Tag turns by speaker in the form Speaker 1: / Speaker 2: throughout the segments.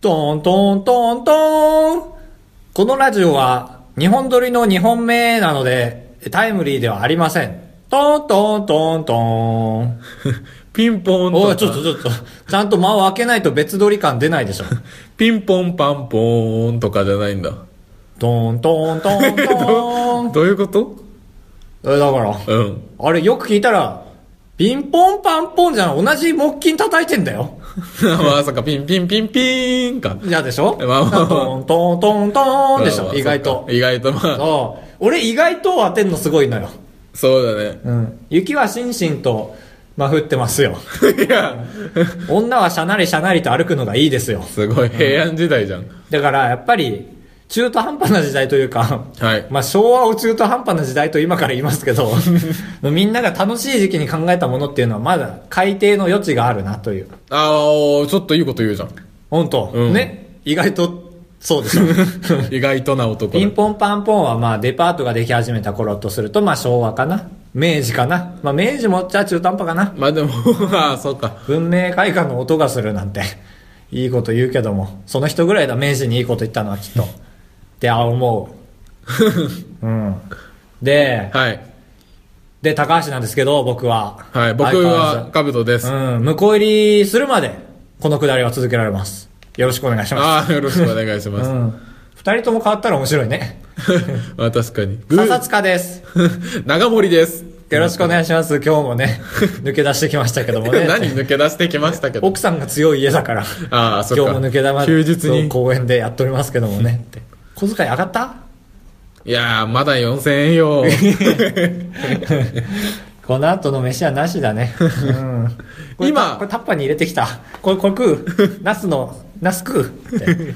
Speaker 1: トントントントンこのラジオは日本撮りの2本目なのでタイムリーではありません。トントントントン。
Speaker 2: ピンポン
Speaker 1: おい、
Speaker 2: と
Speaker 1: ちょっとちょっと、ちゃんと間を開けないと別撮り感出ないでしょ。
Speaker 2: ピンポンパンポーンとかじゃないんだ。
Speaker 1: トントントント ン。
Speaker 2: どういうこと
Speaker 1: えだから、
Speaker 2: うん。
Speaker 1: あれよく聞いたら、ピンポンパンポンじゃん、同じ木琴叩いてんだよ。
Speaker 2: まさかピンピンピンピーンか。
Speaker 1: 嫌でしょ
Speaker 2: まあまあまあ
Speaker 1: トントントントンでし
Speaker 2: まあま
Speaker 1: ょ、
Speaker 2: あ
Speaker 1: 意外と
Speaker 2: そっか。意外とまあ、
Speaker 1: そう。俺意外と当てんのすごいのよ。
Speaker 2: そうだね。
Speaker 1: うん。雪はしんしんと、まあ、降ってますよ。
Speaker 2: いや、
Speaker 1: 女はしゃなりしゃなりと歩くのがいいですよ。
Speaker 2: すごい平安時代じゃん。
Speaker 1: だから、やっぱり、中途半端な時代というか、
Speaker 2: はい。
Speaker 1: まあ、昭和を中途半端な時代と今から言いますけど、 みんなが楽しい時期に考えたものっていうのはまだ改定の余地があるなという。
Speaker 2: あー、ちょっといいこと言うじゃん。
Speaker 1: 本当、
Speaker 2: うん
Speaker 1: ね意外と、そう でしょ。
Speaker 2: 意外とな男だ。
Speaker 1: ピンポンパンポンはまあデパートができ始めた頃とするとまあ昭和かな。明治かな。まあ明治もじゃあ中途半端かな。
Speaker 2: まあでも、 あー、そうか。
Speaker 1: 文明開化の音がするなんて、いいこと言うけども、その人ぐらいだ、明治にいいこと言ったのはきっと。って思 う。うん。で、
Speaker 2: はい。
Speaker 1: で、高橋なんですけど、僕は。
Speaker 2: はい。僕
Speaker 1: 相変わら
Speaker 2: は、カブトです。
Speaker 1: ず。うん、向こう入りするまで、このくだりは続けられます。よろしくお願いしま。
Speaker 2: あー、よろしくお願いしま
Speaker 1: う
Speaker 2: すす。
Speaker 1: ん。二人とも変わったら面白いね。
Speaker 2: まあ確かに。グ
Speaker 1: 笹
Speaker 2: ー、
Speaker 1: 塚です。
Speaker 2: 長森です。
Speaker 1: よろしくお願いします。今日もね、抜け出してきましたけどもね。
Speaker 2: 何抜け出してきましたけど。
Speaker 1: 奥さんが強い家だから。
Speaker 2: ああ、そっか。
Speaker 1: 今日も抜け玉
Speaker 2: 休日
Speaker 1: の
Speaker 2: に。
Speaker 1: 公園でやっておりますけども ねって小遣い上がった
Speaker 2: いやー、まだ4000円 よ。
Speaker 1: この後の飯はなしだね、うん、これ
Speaker 2: 今
Speaker 1: たこれタッパーに入れてきたこれこれ食うナスのナス食うって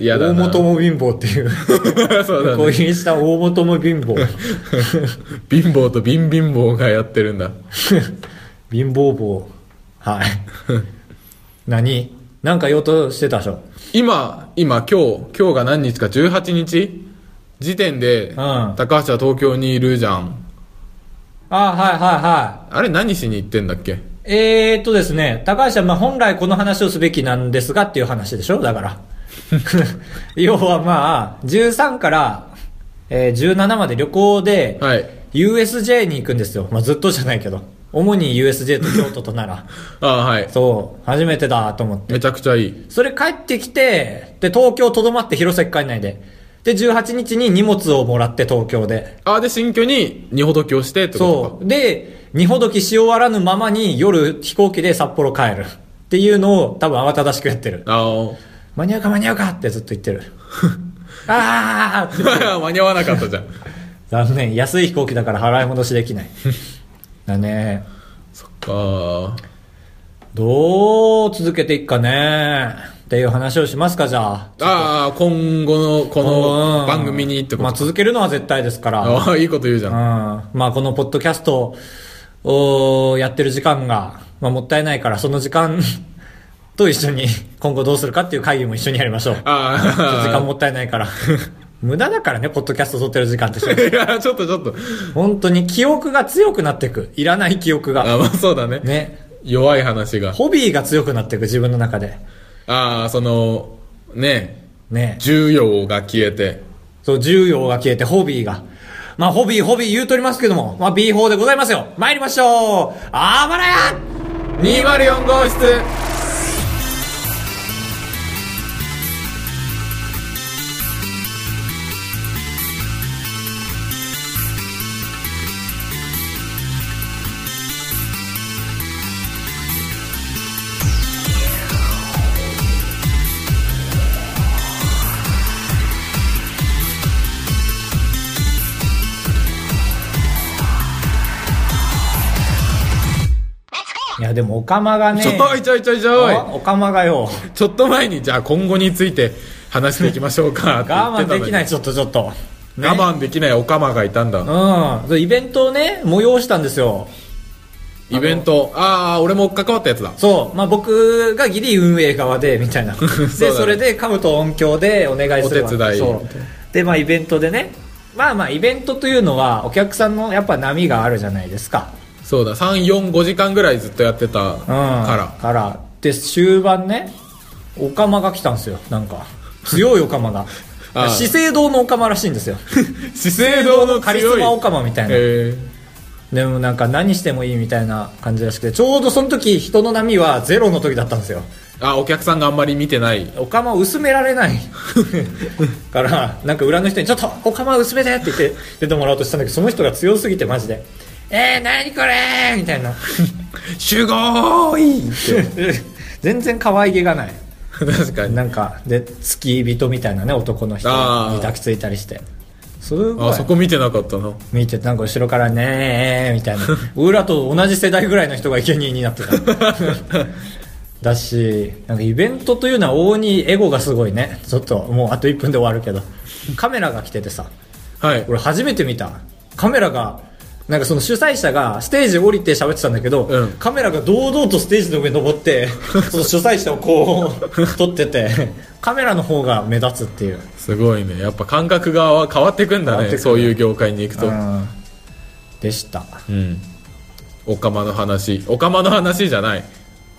Speaker 2: いやだ
Speaker 1: 大
Speaker 2: な。
Speaker 1: 元も貧乏っていう
Speaker 2: そうだ
Speaker 1: こう
Speaker 2: ね。
Speaker 1: いうした大元も貧乏
Speaker 2: 貧乏とビンビン棒がやってるんだ。
Speaker 1: 貧乏坊 はい何なんか言おうとしてたでしょ
Speaker 2: 今、今、今日、今日が何日か18日時点で、
Speaker 1: あ
Speaker 2: 高橋は東京にいるじゃん。
Speaker 1: あはいはいはい
Speaker 2: あれ何しに行ってんだっけ
Speaker 1: えー、っとですね、高橋はまあ本来この話をすべきなんですがっていう話でしょだ から。 要はまあ、13から、えー17まで旅行で、
Speaker 2: はい。
Speaker 1: USJ に行くんですよ。まあずっとじゃないけど。主に USJ と京都と奈 良。
Speaker 2: ああ、はい。
Speaker 1: そう、初めてだと思って。
Speaker 2: めちゃくちゃいい。
Speaker 1: それ帰ってきて、で、東京とどまって弘前帰んないで。で、18日に荷物をもらって東京で。
Speaker 2: ああ、で、新居に二ほどきをしてってこ
Speaker 1: そう。で、二ほどきし終わらぬままに夜飛行機で札幌帰る。 っていうのを多分慌ただしくやってる
Speaker 2: と。か。あ
Speaker 1: 間に合うか間に合うかってずっと言ってる。 ああ
Speaker 2: あ。 間に合わなかったじゃん。
Speaker 1: 残念。安い飛行機だから払い戻しできない。 だね。
Speaker 2: ああ。
Speaker 1: どう続けていくかね。っていう話をしますか、じゃあ。
Speaker 2: ああ、今後のこ
Speaker 1: う
Speaker 2: の
Speaker 1: ん
Speaker 2: 番組にってこ
Speaker 1: まあ
Speaker 2: と。
Speaker 1: 続けるのは絶対ですから。
Speaker 2: ああ、いいこと言うじゃん。
Speaker 1: うんまあこのポッドキャストをやってる時間が、まあ、もったいないからその時間 と一緒に今後どうするかっていう会議も一緒にやりましょう。ちょっと時間
Speaker 2: あ
Speaker 1: もったいないから。 無駄だからね、ポッドキャスト撮ってる時間って 正
Speaker 2: あ。
Speaker 1: 直。
Speaker 2: いや、ちょっとちょっと。
Speaker 1: 本当に記憶が強くなっていく。いらない記憶が。
Speaker 2: あまあそうだね。
Speaker 1: ね。
Speaker 2: 弱い話が。
Speaker 1: ホビーが強くなっていく、自分の中で。
Speaker 2: ああ、その、ね、
Speaker 1: ね。
Speaker 2: 重要が消えて。
Speaker 1: そう、重要が消えて、ホビーが。まあ、ホビー、ホビー言うとりますけども、まあ、B 法でございますよ。参りましょうあばらや
Speaker 2: 204号室
Speaker 1: いや、でも、オカマがね、
Speaker 2: ちょいちょいちょいちょい
Speaker 1: おおかまがよ、
Speaker 2: ちょっと前に、じゃあ今後について話していきましょうか。って言っ
Speaker 1: 我
Speaker 2: て
Speaker 1: 慢
Speaker 2: たの
Speaker 1: で
Speaker 2: に
Speaker 1: きない、ちょっとちょっと。ね
Speaker 2: 我慢できないオカマがいたんだ。
Speaker 1: うんそう。イベントをね、催したんですよ。
Speaker 2: イベント。ああ、俺も関わったやつだ。
Speaker 1: そう。まあ、僕がギリ運営側で、みたい な。で、
Speaker 2: そうだね
Speaker 1: それで、カムと音響でお願いするわけ
Speaker 2: お手伝い
Speaker 1: そう。で、まあ、イベントでね、まあまあ、イベントというのは、お客さんのやっぱ波があるじゃないですか。
Speaker 2: そうだ、3、4、5時間ぐらいずっとやってた
Speaker 1: うん
Speaker 2: から。
Speaker 1: から。で、終盤ね、オカマが来たんですよ、なんか。強いオカマが
Speaker 2: ああ。
Speaker 1: 資生堂のオカマらしいんですよ。
Speaker 2: 資生堂の強い
Speaker 1: カリスマオカマみたいな。
Speaker 2: え
Speaker 1: でもなんか何してもいいみたいな感じらしくて、ちょうどその時人の波はゼロの時だったんですよ。
Speaker 2: ーあお客さんがあんまり見 てない
Speaker 1: お釜を薄められ ないからなんか裏の人に「ちょっとお釜を薄めて」って言って出てもらおうとしたんだけどその人が強すぎてマジで「えー、何これ!」みたいな
Speaker 2: 集合いい
Speaker 1: 全然可愛げがない
Speaker 2: 確かに
Speaker 1: なんかで付き人みたいなね男の人
Speaker 2: あ
Speaker 1: に
Speaker 2: ー
Speaker 1: 抱きついたりしてそれ
Speaker 2: あ
Speaker 1: が
Speaker 2: そこ見てなかったな
Speaker 1: 見てなんか後ろから「ねえ」みたいな俺らと同じ世代ぐらいの人が生贄になってただしなんかイベントというのは大にエゴがすごいねちょっともうあと1分で終わるけどカメラが来ててさ
Speaker 2: はい
Speaker 1: 俺初めて見たカメラがなんかその主催者がステージ降りて喋ってたんだけど、
Speaker 2: うん
Speaker 1: カメラが堂々とステージの上に登ってその主催者をこう撮っててカメラの方が目立つっていう
Speaker 2: すごいねやっぱ感覚がは変わってくん
Speaker 1: 変
Speaker 2: だ
Speaker 1: わって
Speaker 2: ね
Speaker 1: くる
Speaker 2: そういう業界に行くと
Speaker 1: うんでした
Speaker 2: うんオカマの話オカマの話じゃない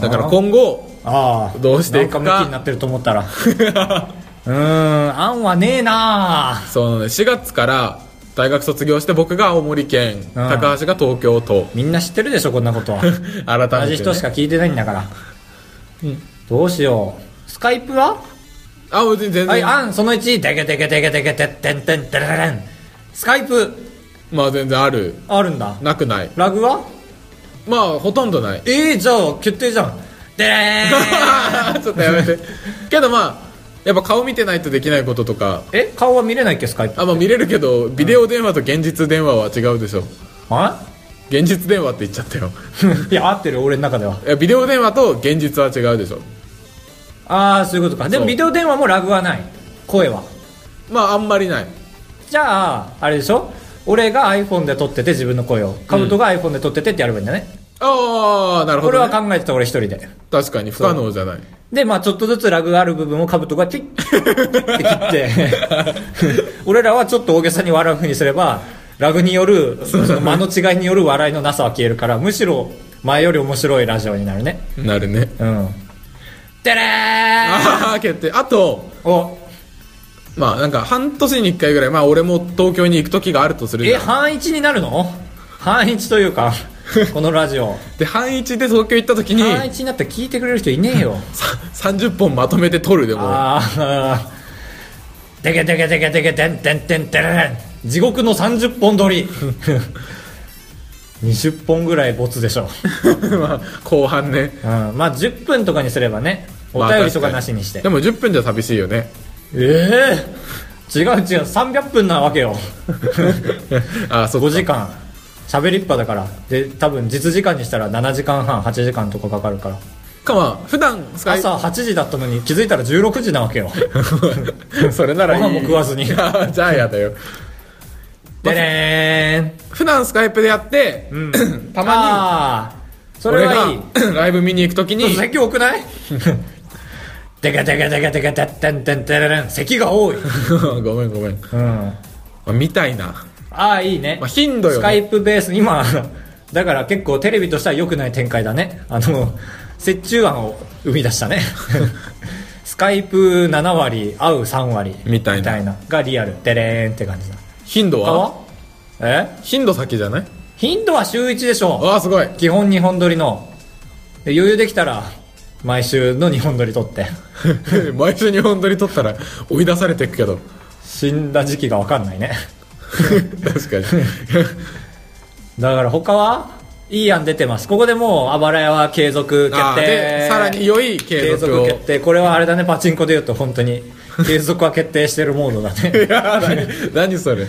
Speaker 2: だから
Speaker 1: あー
Speaker 2: 今後
Speaker 1: ああ
Speaker 2: どうしていくか
Speaker 1: なんか向きになってると思った らうーん案はねえなあ
Speaker 2: そうね4月から大学卒業して僕が青森県、高橋が東京と
Speaker 1: みんな知ってるでしょこんな ことは
Speaker 2: 改めて、
Speaker 1: 同じ人しか聞いてないんだから、
Speaker 2: うん
Speaker 1: どうしようスカイプは、
Speaker 2: あ別に全然、
Speaker 1: はいアンその1でけでけでけでけてってんてんてれれれんスカイプ
Speaker 2: まあ全然ある
Speaker 1: あるんだ
Speaker 2: なくない
Speaker 1: ラグは
Speaker 2: まあほとんどない
Speaker 1: えー、じゃあ決定じゃんでれ ーん
Speaker 2: ちょっとやめてけどまあやっぱ顔見てないとできないこととか
Speaker 1: え顔は見れないっけスカイプ
Speaker 2: あまあ見れるけどビデオ電話と現実電話は違うでしょ
Speaker 1: は
Speaker 2: 現実電話って言っちゃったよ
Speaker 1: いや合ってる俺の中ではい
Speaker 2: やビデオ電話と現実は違うでしょ
Speaker 1: ああそういうことかでも
Speaker 2: そう
Speaker 1: ビデオ電話もラグはない声は
Speaker 2: まああんまりない
Speaker 1: じゃああれでしょ俺が iPhone で撮ってて自分の声をカブトが iPhone で撮っててってやればいいんだね、
Speaker 2: ああなる
Speaker 1: こ
Speaker 2: ほ
Speaker 1: れ
Speaker 2: ど、
Speaker 1: は
Speaker 2: ね、
Speaker 1: 考えてた俺一人で
Speaker 2: 確かに不可能じゃない
Speaker 1: でまあちょっとずつラグがある部分をカブトがキッキッキッって切って 俺らはちょっと大げさに笑うふうにすればラグによるその間の違いによる笑いのなさは消えるからむしろ前より面白いラジオになるね
Speaker 2: なるね
Speaker 1: うんてれー
Speaker 2: ああ決定あと
Speaker 1: お
Speaker 2: まあなんか半年に1回ぐらいまあ俺も東京に行く時があるとするじ
Speaker 1: え
Speaker 2: ゃん
Speaker 1: 半一になるの半一というかこのラジ オ
Speaker 2: で半一で東京行った時に
Speaker 1: 半一になったら聞いてくれる人いねえよ
Speaker 2: さ30本まとめて撮るでも
Speaker 1: ああてけてけてけてけてんてんてんてれれん地獄の30本撮り20本ぐらいボツでしょ、
Speaker 2: まあ後半ね
Speaker 1: うん、まあ10分とかにすればねお便りとかなしにして、
Speaker 2: でも10分じゃ寂しいよね
Speaker 1: ええ違う違う300分なわけよ
Speaker 2: あーそ
Speaker 1: 5
Speaker 2: こ
Speaker 1: 時間喋りっぱだからで多分実時間にしたら7時間半8時間とかかかるから
Speaker 2: かまあ普段スカイ
Speaker 1: 朝8時だったのに気づいたら16時なわけよ
Speaker 2: それならいい
Speaker 1: ご飯も食わずに
Speaker 2: あー じゃあやだよ
Speaker 1: でれーん
Speaker 2: 普段スカイプでやって、た
Speaker 1: ま
Speaker 2: ま
Speaker 1: に
Speaker 2: に
Speaker 1: それ
Speaker 2: 俺
Speaker 1: はいい
Speaker 2: が ライブ見に行く時に
Speaker 1: 席多くないてかてかてかてかてってんてんてれれん席が多い
Speaker 2: ごめんごめん、ま
Speaker 1: うん
Speaker 2: あ、みたいな、
Speaker 1: ああいいね、
Speaker 2: まあ、頻度よ、
Speaker 1: ス
Speaker 2: ね、
Speaker 1: カイプベース今だから結構テレビとしては良くない展開だねあの折衷案を生み出 したねスカイプ7割合う3割
Speaker 2: みたいな
Speaker 1: がリアルてれーんって感じだ
Speaker 2: 頻度
Speaker 1: 他
Speaker 2: は
Speaker 1: はえ
Speaker 2: 頻度先じゃない
Speaker 1: 頻度は週1でしょ
Speaker 2: ああすごい
Speaker 1: 基本2本撮りので余裕できたら毎週の2本撮り撮って
Speaker 2: 毎週日本撮り撮ったら追い出されていくけど
Speaker 1: 死んだ時期が分かんないね
Speaker 2: 確かに
Speaker 1: だから他はいい案出てますここでもうあばら屋は継続決
Speaker 2: あー
Speaker 1: 定
Speaker 2: でさらに良い継
Speaker 1: 継
Speaker 2: 続
Speaker 1: 続
Speaker 2: を
Speaker 1: 決定これはあれだねパチンコで言うと本当 に継続は決定してるモードだね
Speaker 2: いや何 何それ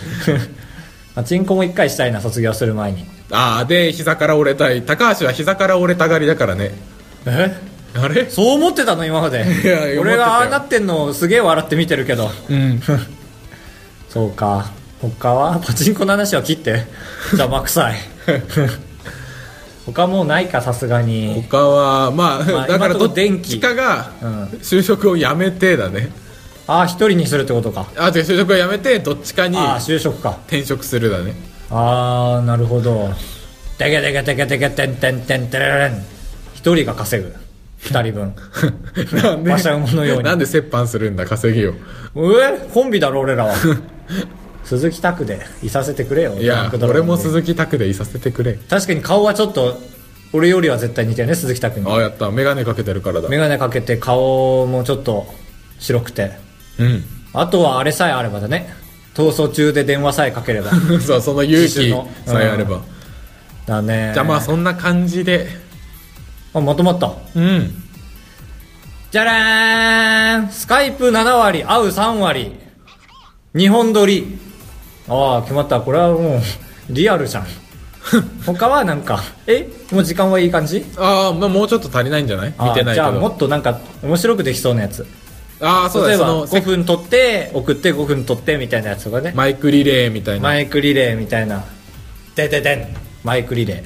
Speaker 1: パチンコも1回したいな卒業する前に
Speaker 2: ああで膝から折れたい高橋は膝から折れたがりだからね
Speaker 1: え
Speaker 2: あれ
Speaker 1: そう思ってたの今まで
Speaker 2: いやいや
Speaker 1: 俺があ
Speaker 2: 思ってたよ
Speaker 1: あなってんのをすげえ笑って見てるけど
Speaker 2: うん
Speaker 1: そうか他はパチンコの話は切って邪魔くさ い他もうないかさすがに
Speaker 2: 他はまあ、
Speaker 1: まあ
Speaker 2: だから
Speaker 1: 今のとこ
Speaker 2: どっ
Speaker 1: 電気
Speaker 2: ちかが
Speaker 1: うん
Speaker 2: 就職をやめてだね
Speaker 1: ああ一人にするってことか
Speaker 2: あ違う就職をやめてどっちかに
Speaker 1: ああ就職か
Speaker 2: 転職する だね
Speaker 1: ああなるほどてけてけてけてけてんてんてんてれれん一人が稼ぐ二人 分。
Speaker 2: なんで
Speaker 1: 馬車馬のように
Speaker 2: なんで折半するんだ稼ぎを
Speaker 1: えコンビだろ、俺らは。 鈴木拓でいさせてくれよ。
Speaker 2: いや
Speaker 1: トランクドラゴ
Speaker 2: 俺
Speaker 1: ン
Speaker 2: も
Speaker 1: に
Speaker 2: 鈴木拓でいさせてくれ
Speaker 1: 確かに顔はちょっと、俺よりは絶対似てるね、鈴木拓に。
Speaker 2: ああやった眼鏡かけてるからだ
Speaker 1: メガネかけて顔もちょっと白くて。
Speaker 2: う
Speaker 1: あとはあれさえあればだね。逃走中で電話さえかけれ ば。
Speaker 2: んそうその勇
Speaker 1: 自主
Speaker 2: 気
Speaker 1: の
Speaker 2: さえあれば、
Speaker 1: だね。
Speaker 2: じゃあまあそんな感じで
Speaker 1: あ、まとまった。
Speaker 2: うん
Speaker 1: じゃらーんスカイプ7割、合う3割。日本撮り。ああ、決まった。これはもう、 リアルじゃん。 他はなんか、えもう時間はいい感じ
Speaker 2: ああ、まあ、もうちょっと足りないんじゃない見
Speaker 1: ああ
Speaker 2: てないけ
Speaker 1: じゃあも
Speaker 2: ど
Speaker 1: っとなんか面白くできそうなやつ。
Speaker 2: ああそ
Speaker 1: 例
Speaker 2: うだ
Speaker 1: え
Speaker 2: そ
Speaker 1: ば
Speaker 2: の
Speaker 1: 5分撮って、送って5分撮ってみたいなやつとかね。
Speaker 2: マイクリレーみたいな
Speaker 1: マイクリレーみたいな。でででんマイクリレー。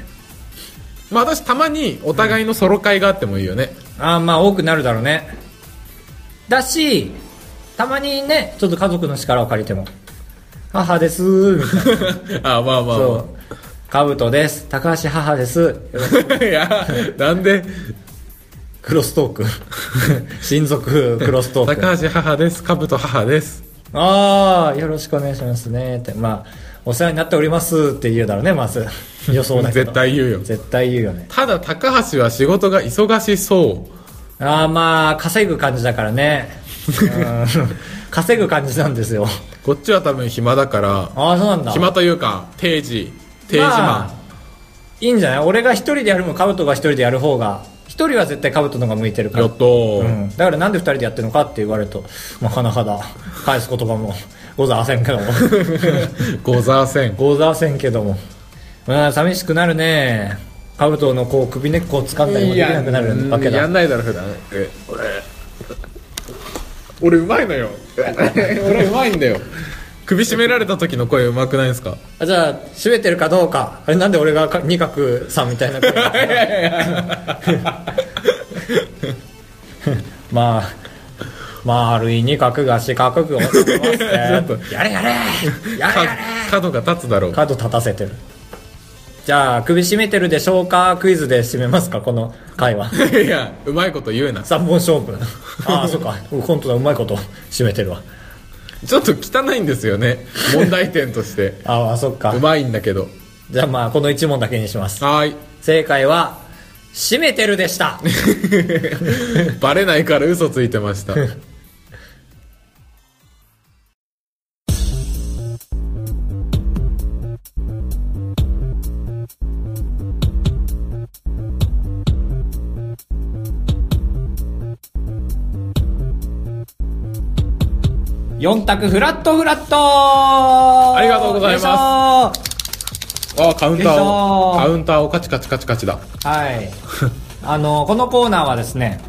Speaker 2: まあ私たまにお互いのソロ会があってもいいよね、
Speaker 1: ああ、まあ多くなるだろうね。だし、たまにね、ちょっと家族の力を借りても、母ですー、みたいな。
Speaker 2: ああまあまあ、
Speaker 1: そ
Speaker 2: ま
Speaker 1: う。カブトです。高橋母です。
Speaker 2: あ、いやなんで
Speaker 1: クロストー ク。親族クロストーク。
Speaker 2: 高橋母ですカブト母です
Speaker 1: ああ、よろしくお願いしますね。って、まあ、お世話になっておりますって言うだろうね、まず。予想だけど。
Speaker 2: 絶。対言うよ
Speaker 1: 絶対言うよね。
Speaker 2: ただ高橋は仕事が忙しそ
Speaker 1: ああ、まあ、稼ぐ感じだから ね。うん稼ぐ感じなんですよ。
Speaker 2: うこっちは多分暇だから
Speaker 1: ああ、そうなんだ。
Speaker 2: 暇というか定時定時マン、
Speaker 1: まあいいんじゃない俺が一人でやるもカブトが一人でやる方が、一人は絶対カブトの方が向いてるから
Speaker 2: よ。っと、
Speaker 1: うん、だからなんで二人でやってるのかって言われると、まあ、はなはだ返す言葉も ございませんけども
Speaker 2: ございせん
Speaker 1: ございませんけどもまあ寂しくなるねカブトのこう首根っこを掴んだりもできなくなるわけ
Speaker 2: や
Speaker 1: だ
Speaker 2: んないだろ普段え俺俺うまいのよ俺うまいんだよ首絞められた時の声うまくないですか
Speaker 1: あじゃあ締めてるかどうかあれなんで俺が二角さんみ たいな声まあ丸い二角が四角く収まって ますねやれやれやれやれ
Speaker 2: か角が立つだろう
Speaker 1: カード立たせてるじゃあ首絞めてるでしょうかクイズで締めますかこの回 は
Speaker 2: いやうまいこと言うな
Speaker 1: 3本勝負あ あそうかコントだうまいこと締めてるわ
Speaker 2: ちょっと汚いんですよね問題点として
Speaker 1: ああそっか
Speaker 2: うまいんだけど
Speaker 1: じゃあまあこの1問だけにします
Speaker 2: はーい
Speaker 1: 正解は締めてるで した
Speaker 2: バレないから嘘ついてました
Speaker 1: 4択フラットフラット
Speaker 2: ありがとうございます
Speaker 1: ます
Speaker 2: あカウン
Speaker 1: よい
Speaker 2: ターを
Speaker 1: しょ
Speaker 2: カウンターをカチカチカチカチだ
Speaker 1: はいあのこのコーナーはですね、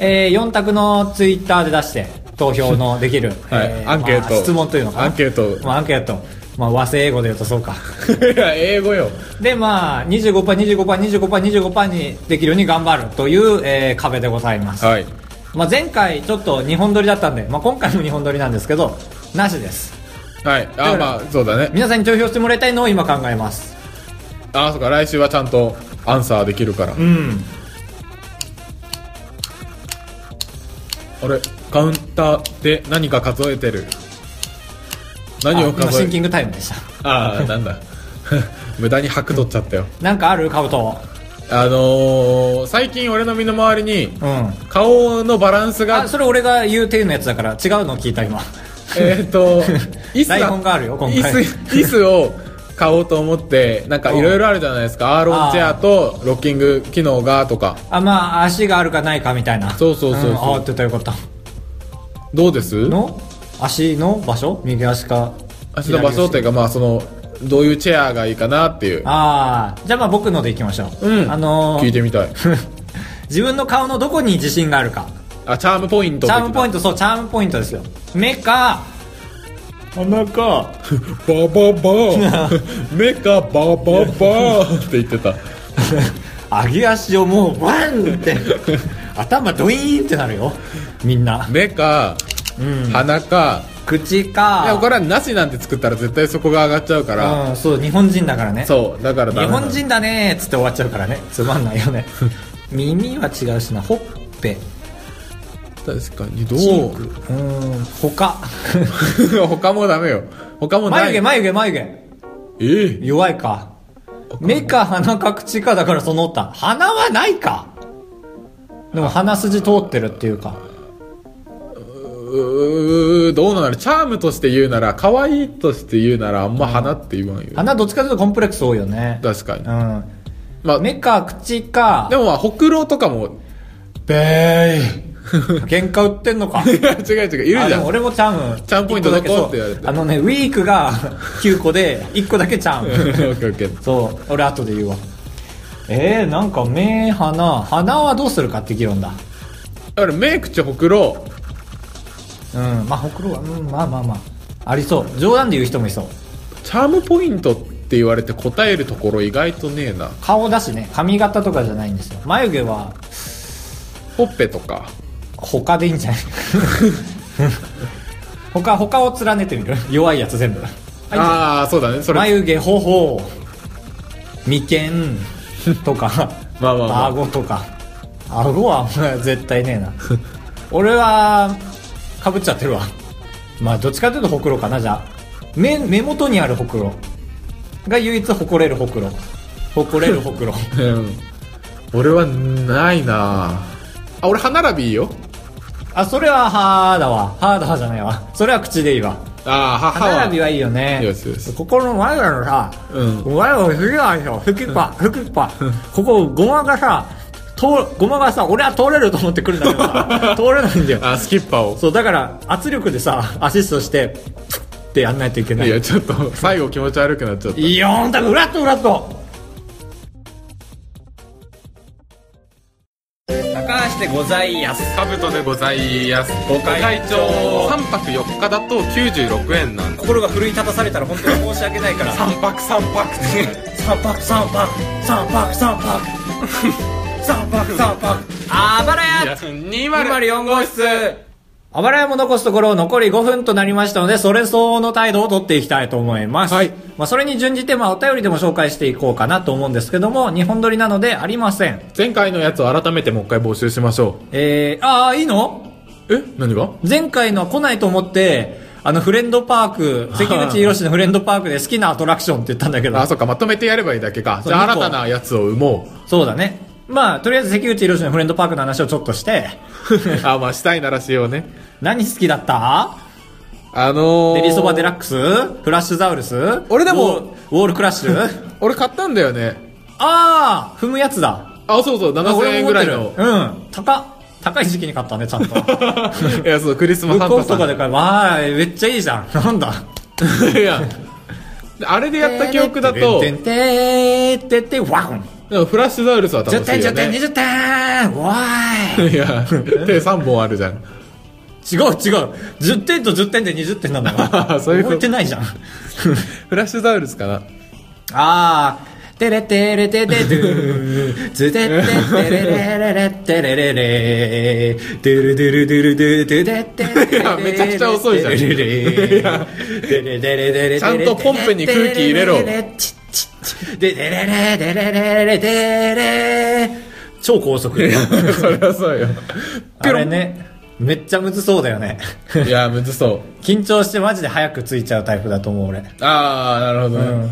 Speaker 1: え4択のツイッターで出して投票のできる、
Speaker 2: はい
Speaker 1: えー
Speaker 2: アンケート、
Speaker 1: まあ質問というのかな
Speaker 2: アンケート
Speaker 1: まあ、アンケート、まあ、和製英語で言うとそうか
Speaker 2: いや英語よ
Speaker 1: でまあ 25%25%25%25% にできるように頑張るという、えー壁でございます、
Speaker 2: はい
Speaker 1: まあ、前回ちょっと日本撮りだったんで、まあ、今回も日本撮りなんですけどなしです
Speaker 2: はいあまあそうだね
Speaker 1: 皆さんに投票してもらいたいのを今考えます
Speaker 2: あそっか来週はちゃんとアンサーできるか
Speaker 1: う
Speaker 2: ら、
Speaker 1: ん
Speaker 2: あれカウンターで何か数えてる
Speaker 1: あ
Speaker 2: 何を
Speaker 1: 今
Speaker 2: 数
Speaker 1: シ
Speaker 2: え
Speaker 1: ンキングタイムでした
Speaker 2: ああなんだ 無駄に白取っちゃったよ
Speaker 1: なんかあるカブト
Speaker 2: あのー、最近俺の身の回りに
Speaker 1: うん
Speaker 2: 顔のバランスが
Speaker 1: あそれ俺が言う手のやつだから違うの聞いた今
Speaker 2: えっ、 と椅子だ
Speaker 1: 台本があるよ今回
Speaker 2: 椅子椅子を買おうと思ってなんかいろいろあるじゃないですかアーロンチェアとロッキング機能がとか
Speaker 1: あまあ足があるかないかみたいな
Speaker 2: そうそうそうそうん
Speaker 1: ああってたよかった
Speaker 2: どうです
Speaker 1: の足の場所右足か
Speaker 2: 足の場所っていうかまあそのどういうチェアがいいかなっていう
Speaker 1: ああじゃあまあ僕のでいきましょう、
Speaker 2: うん
Speaker 1: あのー
Speaker 2: 聞いて みたい
Speaker 1: 自分の顔のどこに自信があるか
Speaker 2: あチャームポイント
Speaker 1: チャームポイ
Speaker 2: ン
Speaker 1: ントそうチャームポイントですよ目か 鼻か
Speaker 2: トババ バー目がバババーって言ってた
Speaker 1: 上げ足をもうバンって頭ドイーンってなるよみんな
Speaker 2: 目か
Speaker 1: うん
Speaker 2: 鼻か
Speaker 1: 口
Speaker 2: いやこ
Speaker 1: か
Speaker 2: れはなしなんて作ったら絶対そこが上がっちゃうから
Speaker 1: うんそう日本人だからね
Speaker 2: そうだからダ
Speaker 1: 日
Speaker 2: メなの
Speaker 1: 本人だねーっつって終わっちゃうからねつまんないよね耳は違うしなほっペ
Speaker 2: 確かにど
Speaker 1: チー
Speaker 2: う
Speaker 1: クうん他
Speaker 2: 他もダメよ他もな
Speaker 1: 眉
Speaker 2: い
Speaker 1: 毛眉毛眉毛
Speaker 2: ええ
Speaker 1: 弱いか目か鼻か口かだからその他鼻はないかでも鼻筋通ってるっていうか
Speaker 2: うーどうなんだろうチャームとして言うなら可愛いとして言うならあんま花って言わんよ
Speaker 1: 鼻どっちかというとコンプレックス多いよね
Speaker 2: 確かに
Speaker 1: うん
Speaker 2: まあで
Speaker 1: 目か口か
Speaker 2: もまあほくろとかも
Speaker 1: べーい喧嘩売ってんのか
Speaker 2: 違う違 ういる
Speaker 1: あ
Speaker 2: じ
Speaker 1: で
Speaker 2: ゃ
Speaker 1: も
Speaker 2: ん
Speaker 1: 俺もチャーム
Speaker 2: チャームポイントどこ
Speaker 1: 一個だけ
Speaker 2: って言われて
Speaker 1: そうあのねウィークが 9個で1個だけチャ
Speaker 2: オ
Speaker 1: ーム
Speaker 2: ッケーオッケー
Speaker 1: そう俺後で言うわえー、なんか目鼻鼻はどうするかって議論だ
Speaker 2: だから目口ほくろ
Speaker 1: うんまあほくろはうんまあまあまあありそう冗談で言う人もいそう
Speaker 2: チャームポイントって言われて答えるところ意外とねえな
Speaker 1: 顔だしね髪型とかじゃないんですよ眉毛は
Speaker 2: ほっぺとか
Speaker 1: 他でいいんじゃない 他他を連ねてみる弱いやつ全部は
Speaker 2: ああそうだねそ
Speaker 1: い
Speaker 2: れ
Speaker 1: 眉毛頬眉間と か
Speaker 2: まあまあまあ
Speaker 1: 顎とか顎はあんま絶対ねえな俺はかぶっちゃってるわまあどっちかというとほくろかなじゃあ目目元にあるほくろが唯一誇れるほく ろ誇れるほくろ
Speaker 2: うん俺はないなあ俺歯並びいいよ
Speaker 1: あそれは歯だわ歯だわじゃないわそれは口でいいわ
Speaker 2: ああ歯歯
Speaker 1: 歯並び
Speaker 2: は
Speaker 1: はいいよね
Speaker 2: よしよし
Speaker 1: ここの前らのさ、
Speaker 2: うん
Speaker 1: お前は好きなんですよ好きっぱ好きっぱここゴマがさ通ゴマがさ俺は通れると思ってくるんだけどさ 通れないんだよ
Speaker 2: あスキッパーを
Speaker 1: そうだから圧力でさアシストしてプッってやんないといけない
Speaker 2: いやちょっと最後気持ち悪くなっちゃった
Speaker 1: いいよんだから裏と裏と高橋でございやす
Speaker 2: カブトでございますご会長3泊4日だと96円なんで
Speaker 1: 心が奮い立たされたら本当に申し訳ないから
Speaker 2: 3泊3泊って
Speaker 1: 三泊三泊三泊三泊三泊三泊あばらや
Speaker 2: 204号室
Speaker 1: あばらやも残すところ残り5分となりましたのでそれ相応の態度をとっていきたいと思います、
Speaker 2: はい
Speaker 1: まあ、それに準じてまあお便りでも紹介していこうかなと思うんですけども日本撮りなのでありません
Speaker 2: 前回のやつを改めてもう一回募集しましょ
Speaker 1: えー、ああいいの
Speaker 2: うえ何が
Speaker 1: 前回のは来ないと思ってあのフレンドパーク関口宏のフレンドパークで好きなアトラクションって言ったんだけど
Speaker 2: あそっかまとめてやればいいだけか
Speaker 1: そう
Speaker 2: じゃあ
Speaker 1: 二
Speaker 2: 新
Speaker 1: 個
Speaker 2: たなやつを生もう
Speaker 1: そうだねまあとりあえず関口宏のフレンドパークの話をちょっとして
Speaker 2: あまあしたいならしようね
Speaker 1: 何好きだった
Speaker 2: あのー、
Speaker 1: デリそばデラックスフラッシュザウルス
Speaker 2: 俺で
Speaker 1: ウ
Speaker 2: も
Speaker 1: ォーウォールクラッシュ
Speaker 2: 俺買ったんだよね
Speaker 1: ああ踏むやつだ
Speaker 2: あそうそう7000
Speaker 1: 俺
Speaker 2: 円
Speaker 1: も
Speaker 2: ぐ
Speaker 1: 持って
Speaker 2: らい
Speaker 1: る
Speaker 2: の
Speaker 1: うん高っ高い時期に買ったねちゃんと
Speaker 2: いやそうクリスマ
Speaker 1: ブッ
Speaker 2: スサン
Speaker 1: クオ
Speaker 2: タ
Speaker 1: フと
Speaker 2: さ
Speaker 1: かで買えばわーいめっちゃいいじゃんなんだ
Speaker 2: んいやあれでやった記憶だと
Speaker 1: てんてんてんてんてんワン
Speaker 2: でもフラッシュザウルスは楽しいよ
Speaker 1: 10
Speaker 2: ね
Speaker 1: 点10点20点わーい
Speaker 2: いや、手3本あるじゃん。
Speaker 1: 違う違う10点と10点で20点なんだよ
Speaker 2: そういうこ
Speaker 1: 覚
Speaker 2: と
Speaker 1: えてないじゃん
Speaker 2: フラッシュザウル スかな。
Speaker 1: ああテレテレテテドゥーズテッテテレレレレテレレレドゥルドゥルドゥルドゥルドゥデッテレレレ
Speaker 2: いやめちゃくちゃ遅いじゃん
Speaker 1: テレレレ
Speaker 2: いや
Speaker 1: デレデレデレデレ
Speaker 2: ちゃんとポンペに空気入れろ
Speaker 1: デレレチッチッチッデレレレデレレレデレ超高速
Speaker 2: それはそうよ。
Speaker 1: あれねめっちゃむずそうだよね
Speaker 2: いや、むずそう。
Speaker 1: 緊張してマジで早くついちゃうタイプだと思う俺
Speaker 2: あー、なるほどね。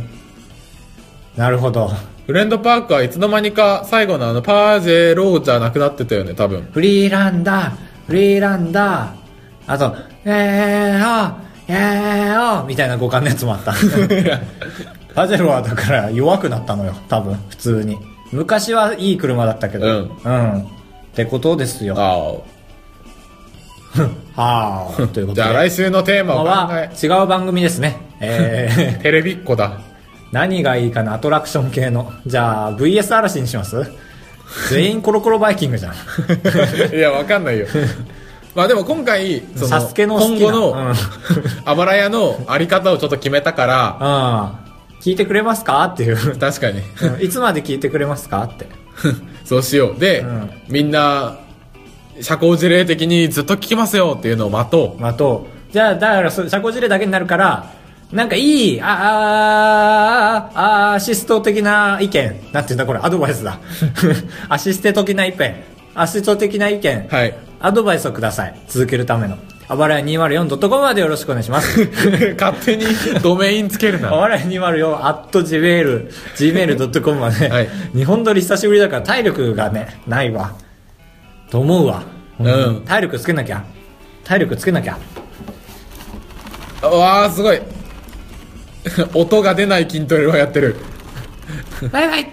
Speaker 1: なるほど
Speaker 2: フレンドパークはいつの間にか最後のあの、パージェローじゃなくなってたよね、多分。
Speaker 1: フリーランダーフリーランダーあと「えーおえーお」みたいな五感のやつもあった パジェロはだから弱くなったのよ多分普通に昔はいい車だったけど
Speaker 2: うん
Speaker 1: うんってことですよは
Speaker 2: あー。
Speaker 1: あということで
Speaker 2: じゃあ来週のテーマ
Speaker 1: 今
Speaker 2: を考
Speaker 1: は違
Speaker 2: え、
Speaker 1: う番組ですね えー
Speaker 2: テレビっ子だ。
Speaker 1: 何がいいかなアトラクション系のじゃあ VS 嵐にします 全員コロコロバイキングじゃん
Speaker 2: いや、わかんない よ。まあでも今回、そ
Speaker 1: サ
Speaker 2: の、
Speaker 1: スケの好
Speaker 2: 今
Speaker 1: き
Speaker 2: 後
Speaker 1: な
Speaker 2: の、 あばら屋のあり方をちょっと決めたから、
Speaker 1: うん聞いてくれますかっていう
Speaker 2: 確かに。
Speaker 1: いつまで聞いてくれますかって。
Speaker 2: そうしよう。で、
Speaker 1: ん
Speaker 2: みんな、社交辞令的にずっと聞きますよっていうのを待と
Speaker 1: まあ、と、じゃあ、だから、そ社交辞令だけになるから、なんかいい、あ、あ、あ、 あ、アシスト的な意見。なんていうんだこれ、アドバイスだ。アシステ的な意見。アシスト的な意見、
Speaker 2: はい。
Speaker 1: アドバイスをください。続けるための。あばらや 204.com までよろしくお願いします。
Speaker 2: 勝手にドメインつける
Speaker 1: あ
Speaker 2: な。
Speaker 1: ばらや204、at gmail、gmail.com はね、
Speaker 2: はい
Speaker 1: 日本撮り久しぶりだから体力がね、ないわ。と思うわ。
Speaker 2: うん
Speaker 1: 体力つけなきゃ。体力つけなきゃ。
Speaker 2: うわあ、すごい。 音が出ない筋トレをやってる。
Speaker 1: バイバイ